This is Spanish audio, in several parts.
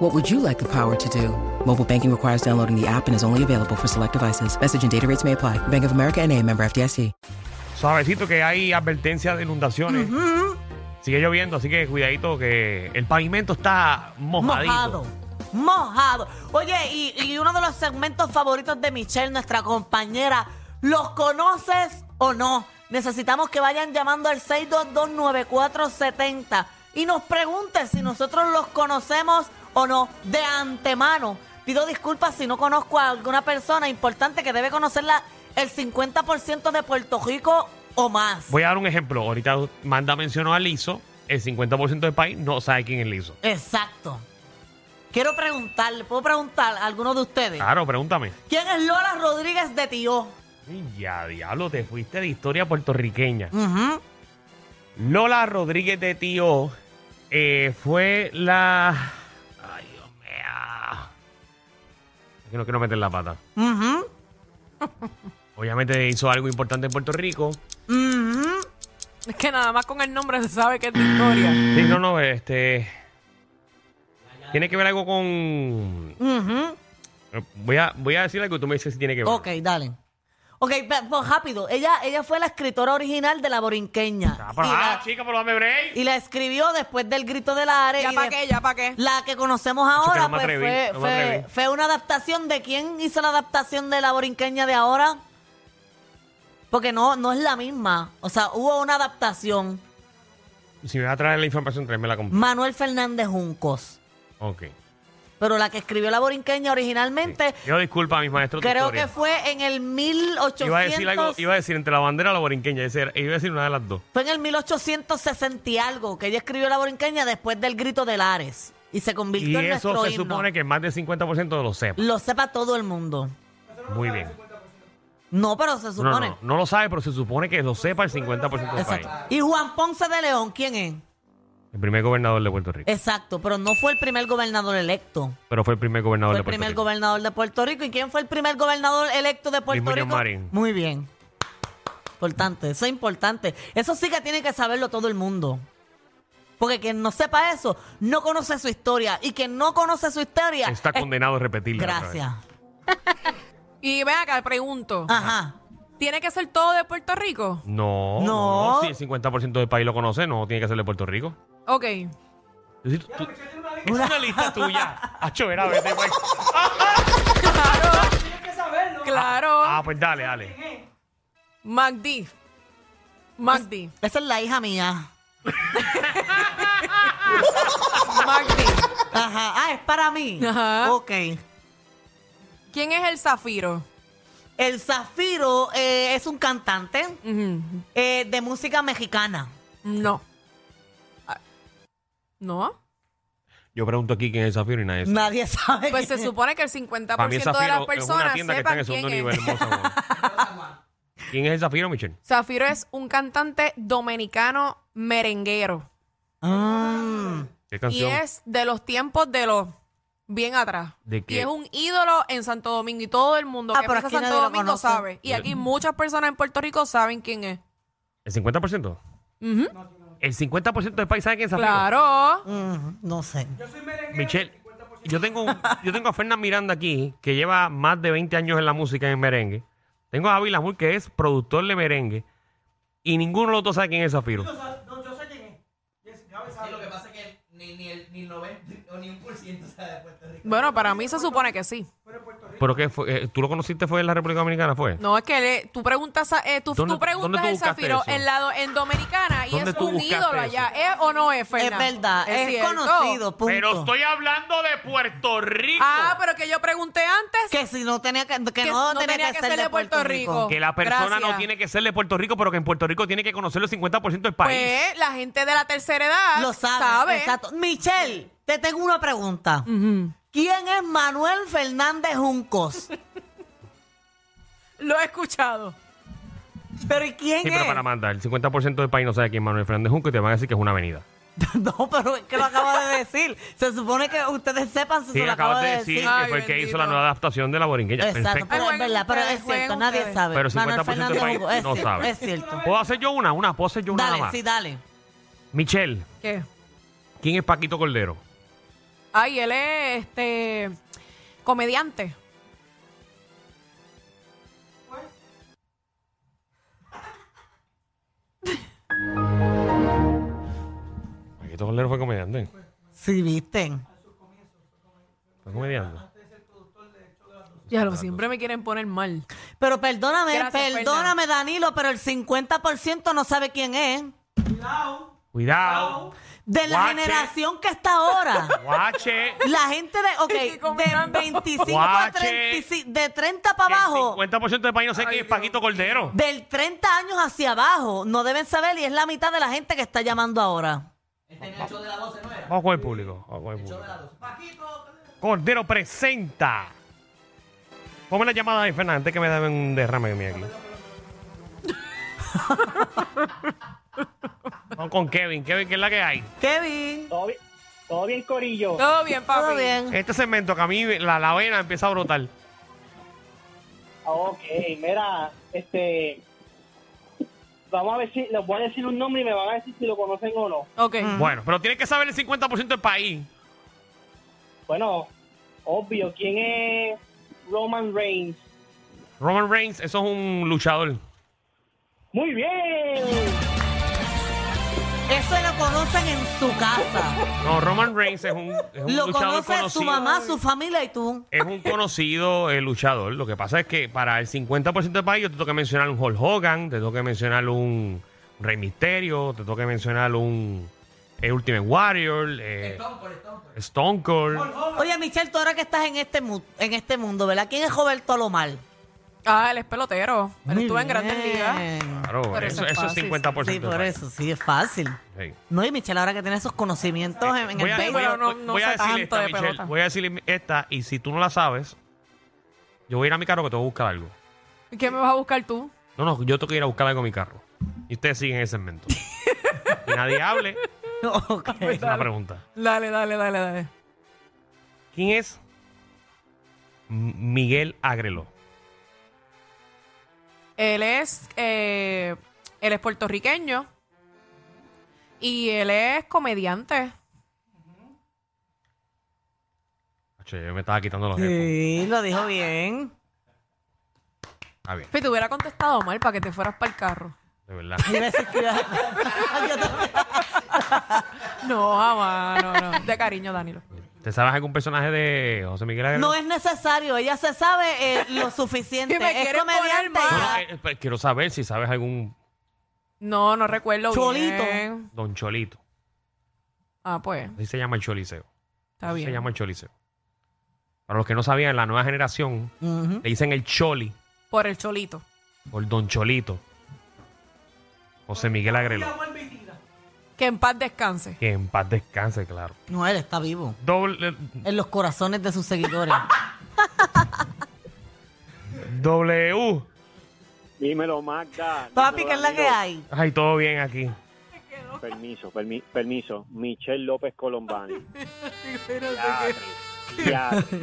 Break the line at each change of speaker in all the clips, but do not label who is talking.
What would you like the power to do? Mobile banking requires downloading the app and is only available for select devices. Message and data rates may apply. Bank of America and a member FDIC.
Suavecito que hay advertencia de inundaciones. Sigue lloviendo, así que cuidadito que el pavimento está mojadito.
Mojado. Mojado. Oye, y, y uno de los segmentos favoritos de Michelle, nuestra compañera, ¿los conoces o no? Necesitamos que vayan llamando al 6229470 y nos pregunten si nosotros los conocemos o no de antemano. Pido disculpas si no conozco a alguna persona importante que debe conocerla el 50% de Puerto Rico o más.
Voy a dar un ejemplo. Ahorita Manda mencionó a Lizo. El 50% del país no sabe quién es Lizo.
Exacto. Quiero preguntarle, ¿puedo preguntar a alguno de ustedes?
Claro, pregúntame.
¿Quién es Lola Rodríguez de Tío?
Y Ya, diablo, te fuiste de historia puertorriqueña.
Ujú.
Lola Rodríguez de Tío eh, fue la... Ay, Dios mío. Es que no quiero meter la pata.
Ujú,
Obviamente hizo algo importante en Puerto Rico.
ujú.
Es que nada más con el nombre se sabe que es de historia.
Sí, no, no, este... Tiene que ver algo con...
Ujú.
Voy a, voy a decir algo y tú me dices si tiene que ver.
Ok, dale. Ok, ve- pues rápido. Ella, ella fue la escritora original de La Borinqueña.
Ah,
y,
pero- ah,
la,
chica, pero dame break.
y la escribió después del grito de la área.
¿Ya para qué? ¿Ya para qué?
La que conocemos
que
ahora
no me
pues,
atreví,
fue,
no me
fue-
atreví.
fue una adaptación. ¿De quién hizo la adaptación de La Borinqueña de ahora? Porque no, no es la misma. O sea, hubo una adaptación.
Si me vas a traer la información, tráeme la completa.
Manuel Fernández Juncos.
Ok.
Pero la que escribió La Borinqueña originalmente
Yo disculpa a mis maestros de
Creo
historia.
que fue en el 1800.
Iba a decir algo, iba a decir entre la bandera o la borinqueña. ese era- Iba a decir una de las dos.
Fue en el 1860 y algo que ella escribió la borinqueña después del grito de Lares. Y se
Y
convirtió en
eso
nuestro
se
himno.
supone que más del 50% lo sepa.
Lo sepa todo el mundo.
Muy bien.
No, pero se
No, no,
supone.
no, no lo sabe, pero se supone que lo sepa el 50% del país.
Exacto. Y Juan Ponce de León, ¿quién es?
El primer gobernador de Puerto
Eh,
Rico.
Exacto, pero no fue el primer gobernador electo.
Pero fue el primer gobernador
Fue
de
el
Puerto
primer
Rico.
gobernador de Puerto Rico. ¿Y quién fue el primer gobernador electo de Puerto
Luis Muñoz
Rico?
Marín.
Muy bien. Importante, eso es importante. Eso sí que tiene que saberlo todo el mundo. Porque quien no sepa eso, no conoce su historia. Y quien no conoce su historia.
Está
es-
condenado a repetirlo. otra vez.
Eh, Gracias.
Y ven acá, pregunto.
Ajá.
¿Tiene que ser todo de Puerto Rico?
No,
No.
no. Si el 50% del país lo conoce, no tiene que ser de Puerto Rico.
Ok.
Es decir, tú- es una lista tuya. Acho, era, vete, güey.
Claro.
Ah, pues dale, dale.
Magdi. Magdi.
Esa es la hija mía.
Magdi.
Ajá. Ah, es para mí.
Ajá.
Ok.
¿Quién es el Zafiro?
El Zafiro eh, es un cantante
Ujú.
eh, de música mexicana.
No. Ah, ¿No?
Yo pregunto aquí quién es el Zafiro y nadie sabe.
Nadie sabe.
Pues se
quién es.
supone que el 50%
Para mí el
de las
Zafiro es una
personas
tienda que está en
sepan
el
quién
segundo
es.
nivel, hermosa, güey. ¿Quién es el Zafiro, Michelle?
Zafiro es un cantante dominicano merenguero.
Mm.
¿Qué
Y
canción?
es de los tiempos de los bien atrás.
¿De
y
qué?
es un ídolo en Santo Domingo y todo el mundo
Ah,
que
pero
pasa
aquí
Santo
nadie lo
Domingo
conoce.
sabe. Y
Yo-
aquí muchas personas en Puerto Rico saben quién es.
¿El 50%?
Ujú.
El 50% del país sabe quién es Zafiro.
Claro.
Mm, no sé.
Michelle, yo tengo, un- yo tengo a Fernán Miranda aquí, que lleva más de 20 años en la música en merengue. Tengo a Javi Lamur, que es productor de merengue. Y ninguno de los dos sabe quién es Zafiro.
Sí, lo que pasa es que ni, ni, el, ni el 90 o ni un por ciento sabe de Puerto Rico.
Bueno, para mí se supone que sí.
¿Pero qué fue? Eh, ¿Tú lo conociste fue en la República Dominicana, fue?
No, es que le- tú preguntas, a- eh, tú,
¿Dónde-
tú preguntas
dónde tú
el
buscaste
Zafiro
eso?
en, la, do- en Dominicana y
¿Dónde
es
tú
un
buscaste
ídolo allá. ¿Es o no es,
Es
Fernando?
verdad, es,
cierto.
conocido, punto.
hablando de Puerto Rico.
Ah, pero que yo pregunté antes.
Que si no tenía que, que
Que
no, tenía, que, ser de Puerto, Rico.
que la persona no
Gracias.
tiene que ser de Puerto Rico, pero que en Puerto Rico tiene que conocer el 50% del país.
Pues la gente de la tercera edad
Lo sabe, Exacto. Michelle, te tengo una pregunta.
Ujú.
¿Quién es Manuel Fernández Juncos?
Lo he escuchado.
Pero ¿y quién
Sí,
es?
pero
eh.
para mandar, el 50% del país no sabe quién es Manuel Fernández Junco y te van a decir que es una avenida.
no, pero es que lo acaba de decir. Se supone que ustedes sepan si
Sí,
se lo
acabas
acaba
de
de
decir
Ay,
que fue el que hizo
bendito.
la nueva adaptación de la Borinqueña.
Exacto,
Perfecto.
pero es
Jueguen
verdad, pero es
ustedes, jueguen
cierto, nadie
ustedes.
sabe.
Pero
Manuel
50% del
Fernández
país
Lugo, es
no
cierto,
sabe.
Es cierto.
¿Puedo hacer yo una? Una, puedo hacer yo una nada
Dale,
más.
sí, dale.
Michelle,
¿Qué?
¿quién es Paquito Cordero?
Ay, él es este comediante.
Paquito Cordero fue comediante.
Sí, visten.
Fue comediante.
Ya lo siempre me quieren poner mal.
Pero perdóname,
Gracias, Fernan.
perdóname, Danilo, pero el 50% no sabe quién es.
Cuidado.
De la
Guache.
generación que está ahora.
Guache.
La gente de, ok, de 25 a
Guache.
35, de 30 para abajo,
El 50% del país no sabe quién es Paquito Cordero.
del 30 años hacia abajo, no deben saber y es la mitad de la gente que está llamando ahora.
Este en el show de las 12, ¿no era?
Vamos con el público. Vamos con el público.
Las 12. Paquito.
Cordero presenta. Ponme la llamada ahí, Fernández, antes que me den un derrame de mierda. Vamos con Kevin. Kevin, ¿qué es la que hay?
Kevin,
Todo bien, todo bien, Corillo.
Todo bien, papi.
todo bien.
Este segmento que a mí la, la vena empieza a brotar.
Ah, Ok, mira, este. Vamos a ver si. Les voy a decir un nombre y me van a decir si lo conocen o no.
Ok.
Mm.
Bueno, pero tienes que saber el 50% del país.
Bueno, obvio, ¿quién es Roman Reigns?
Roman Reigns, eso es un luchador.
Muy bien.
Eso lo conocen en su casa.
No, Roman Reigns es un, es un
Lo
luchador
conoce
conocido.
su mamá, su familia y tú.
Es un conocido eh, luchador. Lo que pasa es que para el 50% del país yo te tengo que mencionar un Hulk Hogan, te tengo que mencionar un Rey Misterio, te tengo que mencionar un eh, Ultimate Warrior, eh,
Stomper, Stomper.
Stone Cold.
Oye, Michelle, tú ahora que estás en este, mu- en este mundo, ¿verdad? ¿Quién es Roberto Lomar?
Ah, él es pelotero. Él
Muy
estuvo en Grandes
bien.
Ligas.
Claro,
Pero
eso,
eso es
eso es
fácil.
50%.
Sí,
del
por
país.
eso, sí, es fácil.
Sí.
No, y Michelle, ahora que tiene esos conocimientos en,
Eh,
en
Voy
el
a,
béisbol,
voy a-
no- no
voy a
sé
decir
tanto
esta,
de
Michelle.
pelota.
Voy a decir esta y si tú no la sabes, yo voy a ir a mi carro que te voy a buscar algo.
¿Y ¿Qué me vas a buscar tú?
No, no, yo tengo que ir a buscar algo en mi carro. Y ustedes siguen ese segmento. y nadie hable.
Ok.
Es una pregunta.
Pues Dale, dale, dale, dale.
¿Quién es? M- Miguel Agrelo.
Él es, eh, él es puertorriqueño y él es comediante.
Che, yo me estaba quitando los jefos.
Sí, lo dijo bien.
Está bien,
Si te hubiera contestado mal para que te fueras para el carro.
de verdad.
Iba a decir que iba a- Yo también.
No, jamás, no, no. De cariño, Danilo.
¿Te sabes algún personaje de José Miguel Agrelo?
No es necesario, ella se sabe eh, lo suficiente.
Y me
es
quieren
comediante.
poner
No,
mal.
ya.
no, eh, eh, quiero saber si sabes algún
No, no recuerdo
Cholito.
bien.
Don Cholito.
Ah, pues,
Así se llama el Choliseo.
está
Así se
bien.
llama el Choliseo. Para los que no sabían, la nueva generación
Ujú.
le dicen el Choli
Por el cholito.
por Don Cholito. José Miguel Agrelo.
Que en paz descanse.
Que en paz descanse, claro.
No, él está vivo.
Doble,
En los corazones de sus seguidores.
W.
Dímelo, Magda.
Papi, ¿qué es la que hay?
Ay, todo bien aquí.
Permiso, permi- permiso. Michelle López Colombani. Diatre, diatre.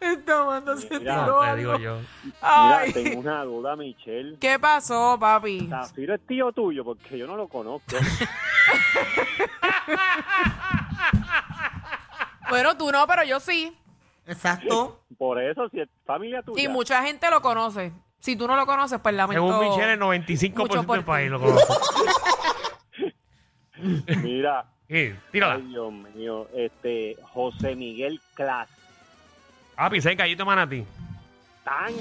Está mandándose
Mira,
No, te digo yo.
Mira,
Ay.
tengo una duda, Michelle.
¿Qué pasó, papi?
Zafiro es tío tuyo porque yo no lo conozco.
Bueno, tú no, pero yo sí.
Exacto.
Por eso, si es familia tuya.
Y mucha gente lo conoce. Si tú no lo conoces, pues lamento.
Según Michelle, el
Mucho
95%
por
del país
ti.
lo conoce.
Mira,
Sí, tírala.
ay, Dios mío, este José Miguel Clas.
Ah, pisé el gallito de manatí.
Tan.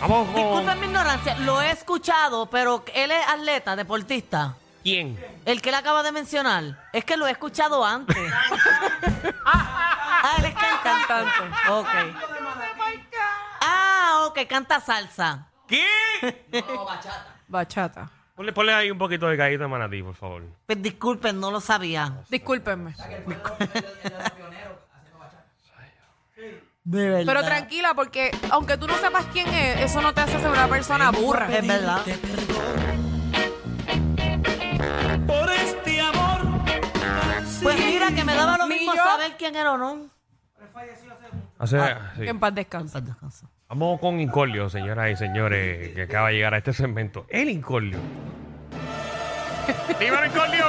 Vamos
Disculpen
con.
mi ignorancia, lo he escuchado, pero él es atleta, deportista.
¿Quién?
El que él acaba de mencionar. Es que lo he escuchado antes. ah, él es cantante.
Cantante. Oh
Ok. Ah, ok, canta salsa.
¿Quién?
Bachata.
Ponle, ponle ahí un poquito de gallito de manatí, por favor.
Pues disculpen, no lo sabía.
Discúlpenme.
De verdad.
Pero tranquila, porque aunque tú no sepas quién es, eso no te hace ser una persona burra.
Es verdad.
Por este amor.
Pues mira, que me daba lo mismo
Ni yo.
saber quién era o no. Pues,
Hace- sí.
Ah, Que en paz descansa.
Vamos con Incordio, señoras y señores, que acaba de llegar a este segmento. El Incordio. ¡Dímelo, Incordio!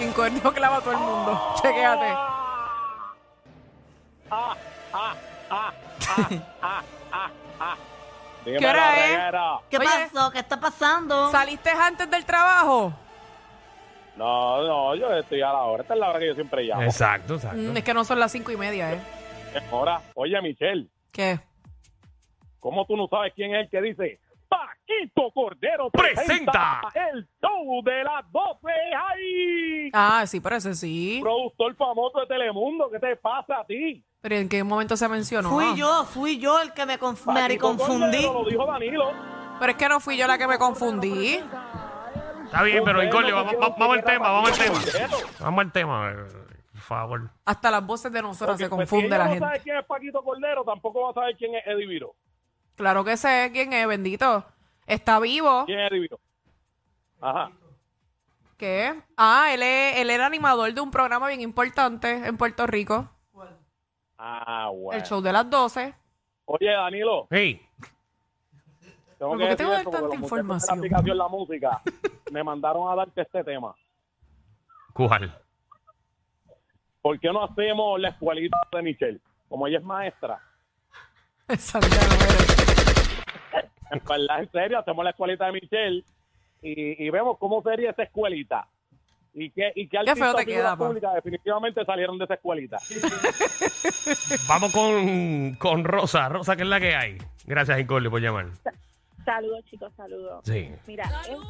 Incordio clava a todo el mundo. Chequéate.
Dímelo,
¿Qué hora es?
reguero.
¿Qué
Oye.
pasó? ¿Qué está pasando?
¿Saliste antes del trabajo?
No, no, yo estoy a la hora. Esta es la hora que yo siempre llamo.
Exacto,
Mm,
exacto.
es que no son las cinco y media, ¿eh?
Es hora. Oye, Michelle,
¿Qué?
¿cómo tú no sabes quién es el que dice? Paquito Cordero
Presenta.
presenta, el show de las 12. ¡Ay!
Ah, sí, parece sí.
Productor famoso de Telemundo, ¿qué te pasa a ti?
Pero ¿en qué momento se mencionó?
Fui yo, fui yo el que me, conf- me
Paquito
confundí.
Cordero, Lo dijo Danilo.
Pero es que no fui yo la que me confundí.
Está bien, pero Incordio, vamos, vamos- vamos al tema, vamos al tema.
Porque
Vamos al tema, eh, por favor.
Hasta las voces de nosotras se
pues,
confunde
si ella
la
no
gente.
sabe quién es Paquito Cordero, tampoco va a saber quién es Eddie Viro.
Claro que sé quién es, bendito. Está vivo.
¿Quién es Eddie Viro? Ajá.
¿Qué? Ah, él, es- él era animador de un programa bien importante en Puerto Rico.
Ah, bueno.
El show de las 12.
Oye, Danilo,
Hey,
tengo
¿Por
que
qué
decir
te voy a dar
esto
tanta
porque los muchachos de
información?
La aplicación La Música me mandaron a darte este tema.
¿cuál?
¿Por qué no hacemos la escuelita de Michelle? Como ella es maestra.
Esa ya no era.
En verdad, en serio, hacemos la escuelita de Michelle y, y vemos cómo sería esa escuelita. Y qué, y qué
feo
artistas
te
figuras
queda, pa.
públicas definitivamente salieron de esa escuelita.
Vamos con, con Rosa. Rosa, que es la que hay. Gracias, Incordio, por llamar.
Saludos, chicos, saludos.
Sí.
Mira,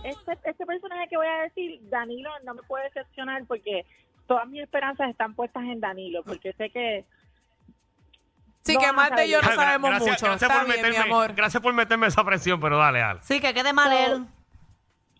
es- este, este personaje que voy a decir, Danilo, no me puede decepcionar porque todas mis esperanzas están puestas en Danilo, porque sé que
Sí,
No
que
van a
más de
salir.
yo no
Ah, gra-
sabemos
gracias,
mucho.
gracias
Está
por
bien, mi
meterme,
amor.
Gracias por meterme esa presión, pero dale, dale.
Sí, que quede mal él.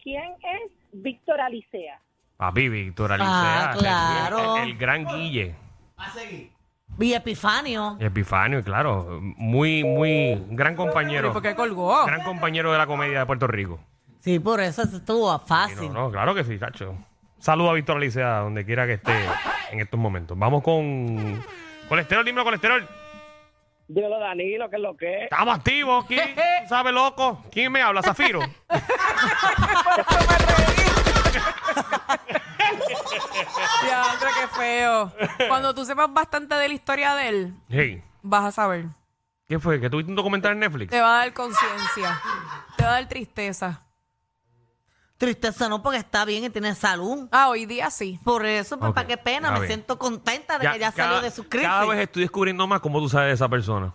quién es Víctor Alicea.
Papi, Víctor Alicia.
Ah, claro.
El, el gran Guille.
A seguir.
Y Epifanio.
Epifanio, claro. Muy, muy. un Gran compañero.
¿Por qué colgó?
Gran compañero de la comedia de Puerto Rico.
Sí, por eso estuvo
Y
fácil.
No, no, claro que sí, Sacho. Saludos a Víctor Alicia, donde quiera que esté en estos momentos. Vamos con. Colesterol, dímelo, colesterol.
Dímelo, Danilo, que es lo que es.
Estamos activos aquí. ¿Tú ¿Sabes, loco? ¿Quién me habla? Zafiro.
Ya, otra que feo. Cuando tú sepas bastante de la historia de él,
Hey,
vas a saber.
¿qué fue? ¿Que tuviste un documental en Netflix?
Te va a dar conciencia. Te va a dar tristeza.
Tristeza no, porque está bien y tiene salud.
Ah, hoy día sí.
Por eso, pues,
Ok,
¿para qué pena?
está
Me
bien.
siento contenta de que ya
cada-
salió de su crisis.
Cada vez estoy descubriendo más cómo tú sabes de esa persona.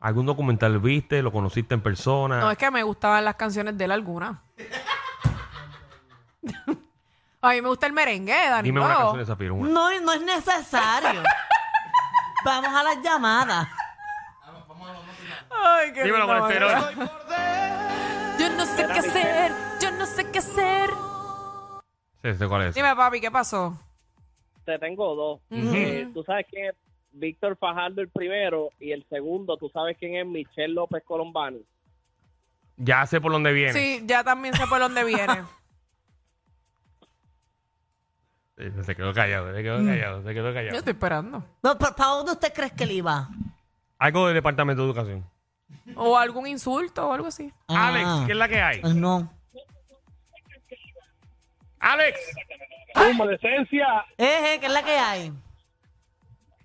¿Algún documental viste? ¿Lo conociste en persona?
No, es que me gustaban las canciones de él algunas. A mí me gusta el merengue, Danilo.
Dime una canción de Zafiro. una.
No, no es necesario. Vamos a las llamadas.
Ay, qué
Dímelo,
linda
colesterol.
manera. Yo no sé qué hacer, yo no sé qué hacer.
Sí, sé cuál es.
Dime, papi, ¿qué pasó?
Te tengo dos.
Ujú.
Eh, tú sabes quién es Víctor Fajardo el primero y el segundo, tú sabes quién es Michelle López Colombani.
Ya sé por dónde viene.
Sí, ya también sé por dónde viene.
Eh, Se quedó callado, se quedó callado, se quedó
Mm. Yo
callado.
estoy esperando.
No, ¿Para dónde usted cree que le iba?
Algo del Departamento de Educación.
O algún insulto o algo así.
Ah,
Alex, ¿qué es la que hay?
pues no.
Alex,
Toma, decencia.
Eh, eh, ¿qué es la que hay?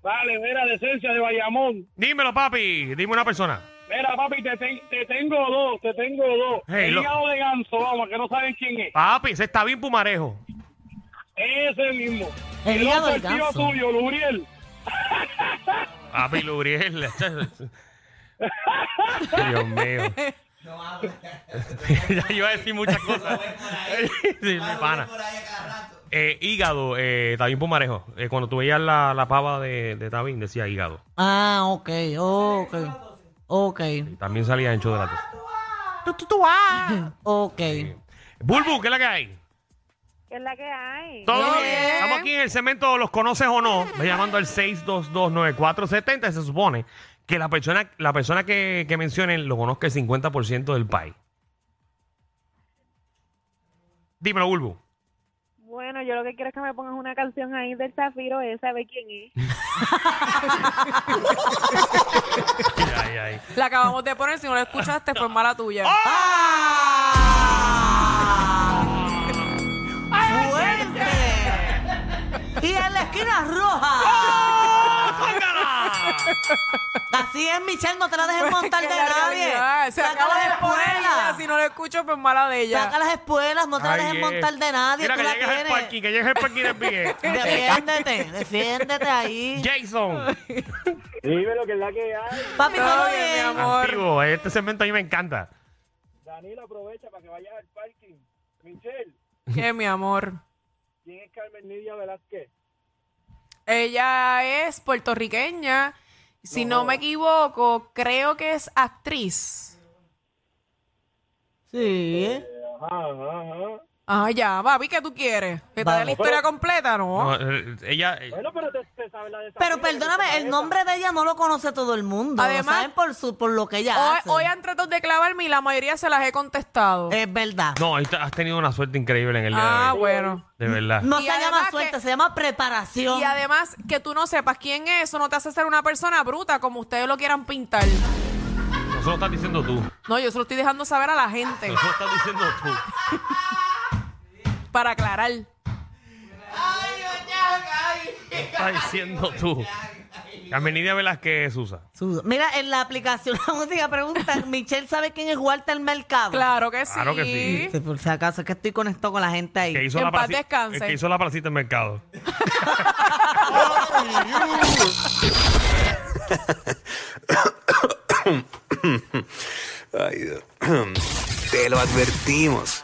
Dale, mira, decencia de Bayamón.
dímelo, papi. Dime una persona.
Mira, papi, te, te- te tengo dos, te tengo dos.
Hey,
el
lo-
hígado de ganso, vamos, que no saben quién es.
Papi, ese está bien pumarejo.
Ese mismo.
El hígado
otro,
del
tío
ganso.
tuyo, Luriel.
Papi, Lubriel. Dios mío.
No habla.
ya iba a decir muchas cosas. sí, mi pana.
Por ahí a cada rato.
Eh, hígado, eh, Tabín Pumarejo. Eh, cuando tú veías la, la pava de, de Tabín, decía hígado.
Ah, ok, ok. Ok.
Y también salía ancho de la tos.
Ok.
Bulbu, ¿qué es la que hay?
¿Qué es la que hay?
Todo
Muy
bien.
bien.
Estamos aquí en el cemento, los conoces o no, me llamando al 6229470. Se supone que la persona, la persona que, que mencionen lo conozca el 50% del país. Dímelo, Bulbo.
Bueno, yo lo que quiero es que me pongas una canción ahí del Zafiro esa, a ver quién es.
Ay, ay.
La acabamos de poner, si no la escuchaste, fue mala tuya.
¡Fuerte! Y en la esquina roja.
¡Ah!
Así es, Michelle, no te la
Pues
dejes montar de
Qué barbaridad.
nadie.
Se
Saca
acaba de
las
ponerla. Si
espuelas.
no la escucho, pues mala de ella.
Saca las espuelas, no te la
Ay,
dejes
eh.
montar de nadie.
Mira,
Tú
que
la
llegues al
tienes.
parking, que llegues al parking del pie.
Defiéndete, defiéndete ahí.
Jason,
Dímelo que es la que hay.
Papi,
Todo
todo
bien, mi
bien.
amor.
activo. Este segmento a mí me encanta.
Danilo aprovecha para que vayas al parking. Michelle,
¿Qué, Eh, mi amor?
¿quién es Carmen Nidia Velázquez?
Ella es puertorriqueña. Si no, me equivoco, creo que es actriz.
Sí.
Ajá, ajá, ajá.
Ah, ya, papi, ¿qué tú quieres? ¿Que te dé la
Vamos.
historia completa, no?
No, eh, ella, eh,
Bueno, pero te, te sabe la de
Pero
Zafiro,
perdóname,
que
el
te
nombre de ella no lo conoce todo el mundo.
Además-
lo saben por, su, por lo que ella
Hoy,
hace.
hoy han tratado de clavarme y la mayoría se las he contestado.
Es verdad.
no, ahorita has tenido una suerte increíble en el día
ah,
de hoy.
bueno.
De verdad.
No
Y
se
además
llama
que-
suerte, se llama preparación.
Y además, que tú no sepas quién es, eso no te hace ser una persona bruta como ustedes lo quieran pintar.
Eso lo estás diciendo tú.
No, yo se lo estoy dejando saber a la gente
Eso lo estás diciendo tú.
para aclarar.
estás diciendo tú? Carmenida Velázquez Susa.
Su- Mira, en la aplicación la música pregunta, ¿Michelle sabe quién es Walter Mercado?
Claro que sí.
Claro que sí.
Sí, por si acaso, es que estoy conectado con la gente ahí.
Que hizo,
En
la
paz
placi-
descanse.
que hizo la placita en mercado.
Ay, Dios. Te lo advertimos.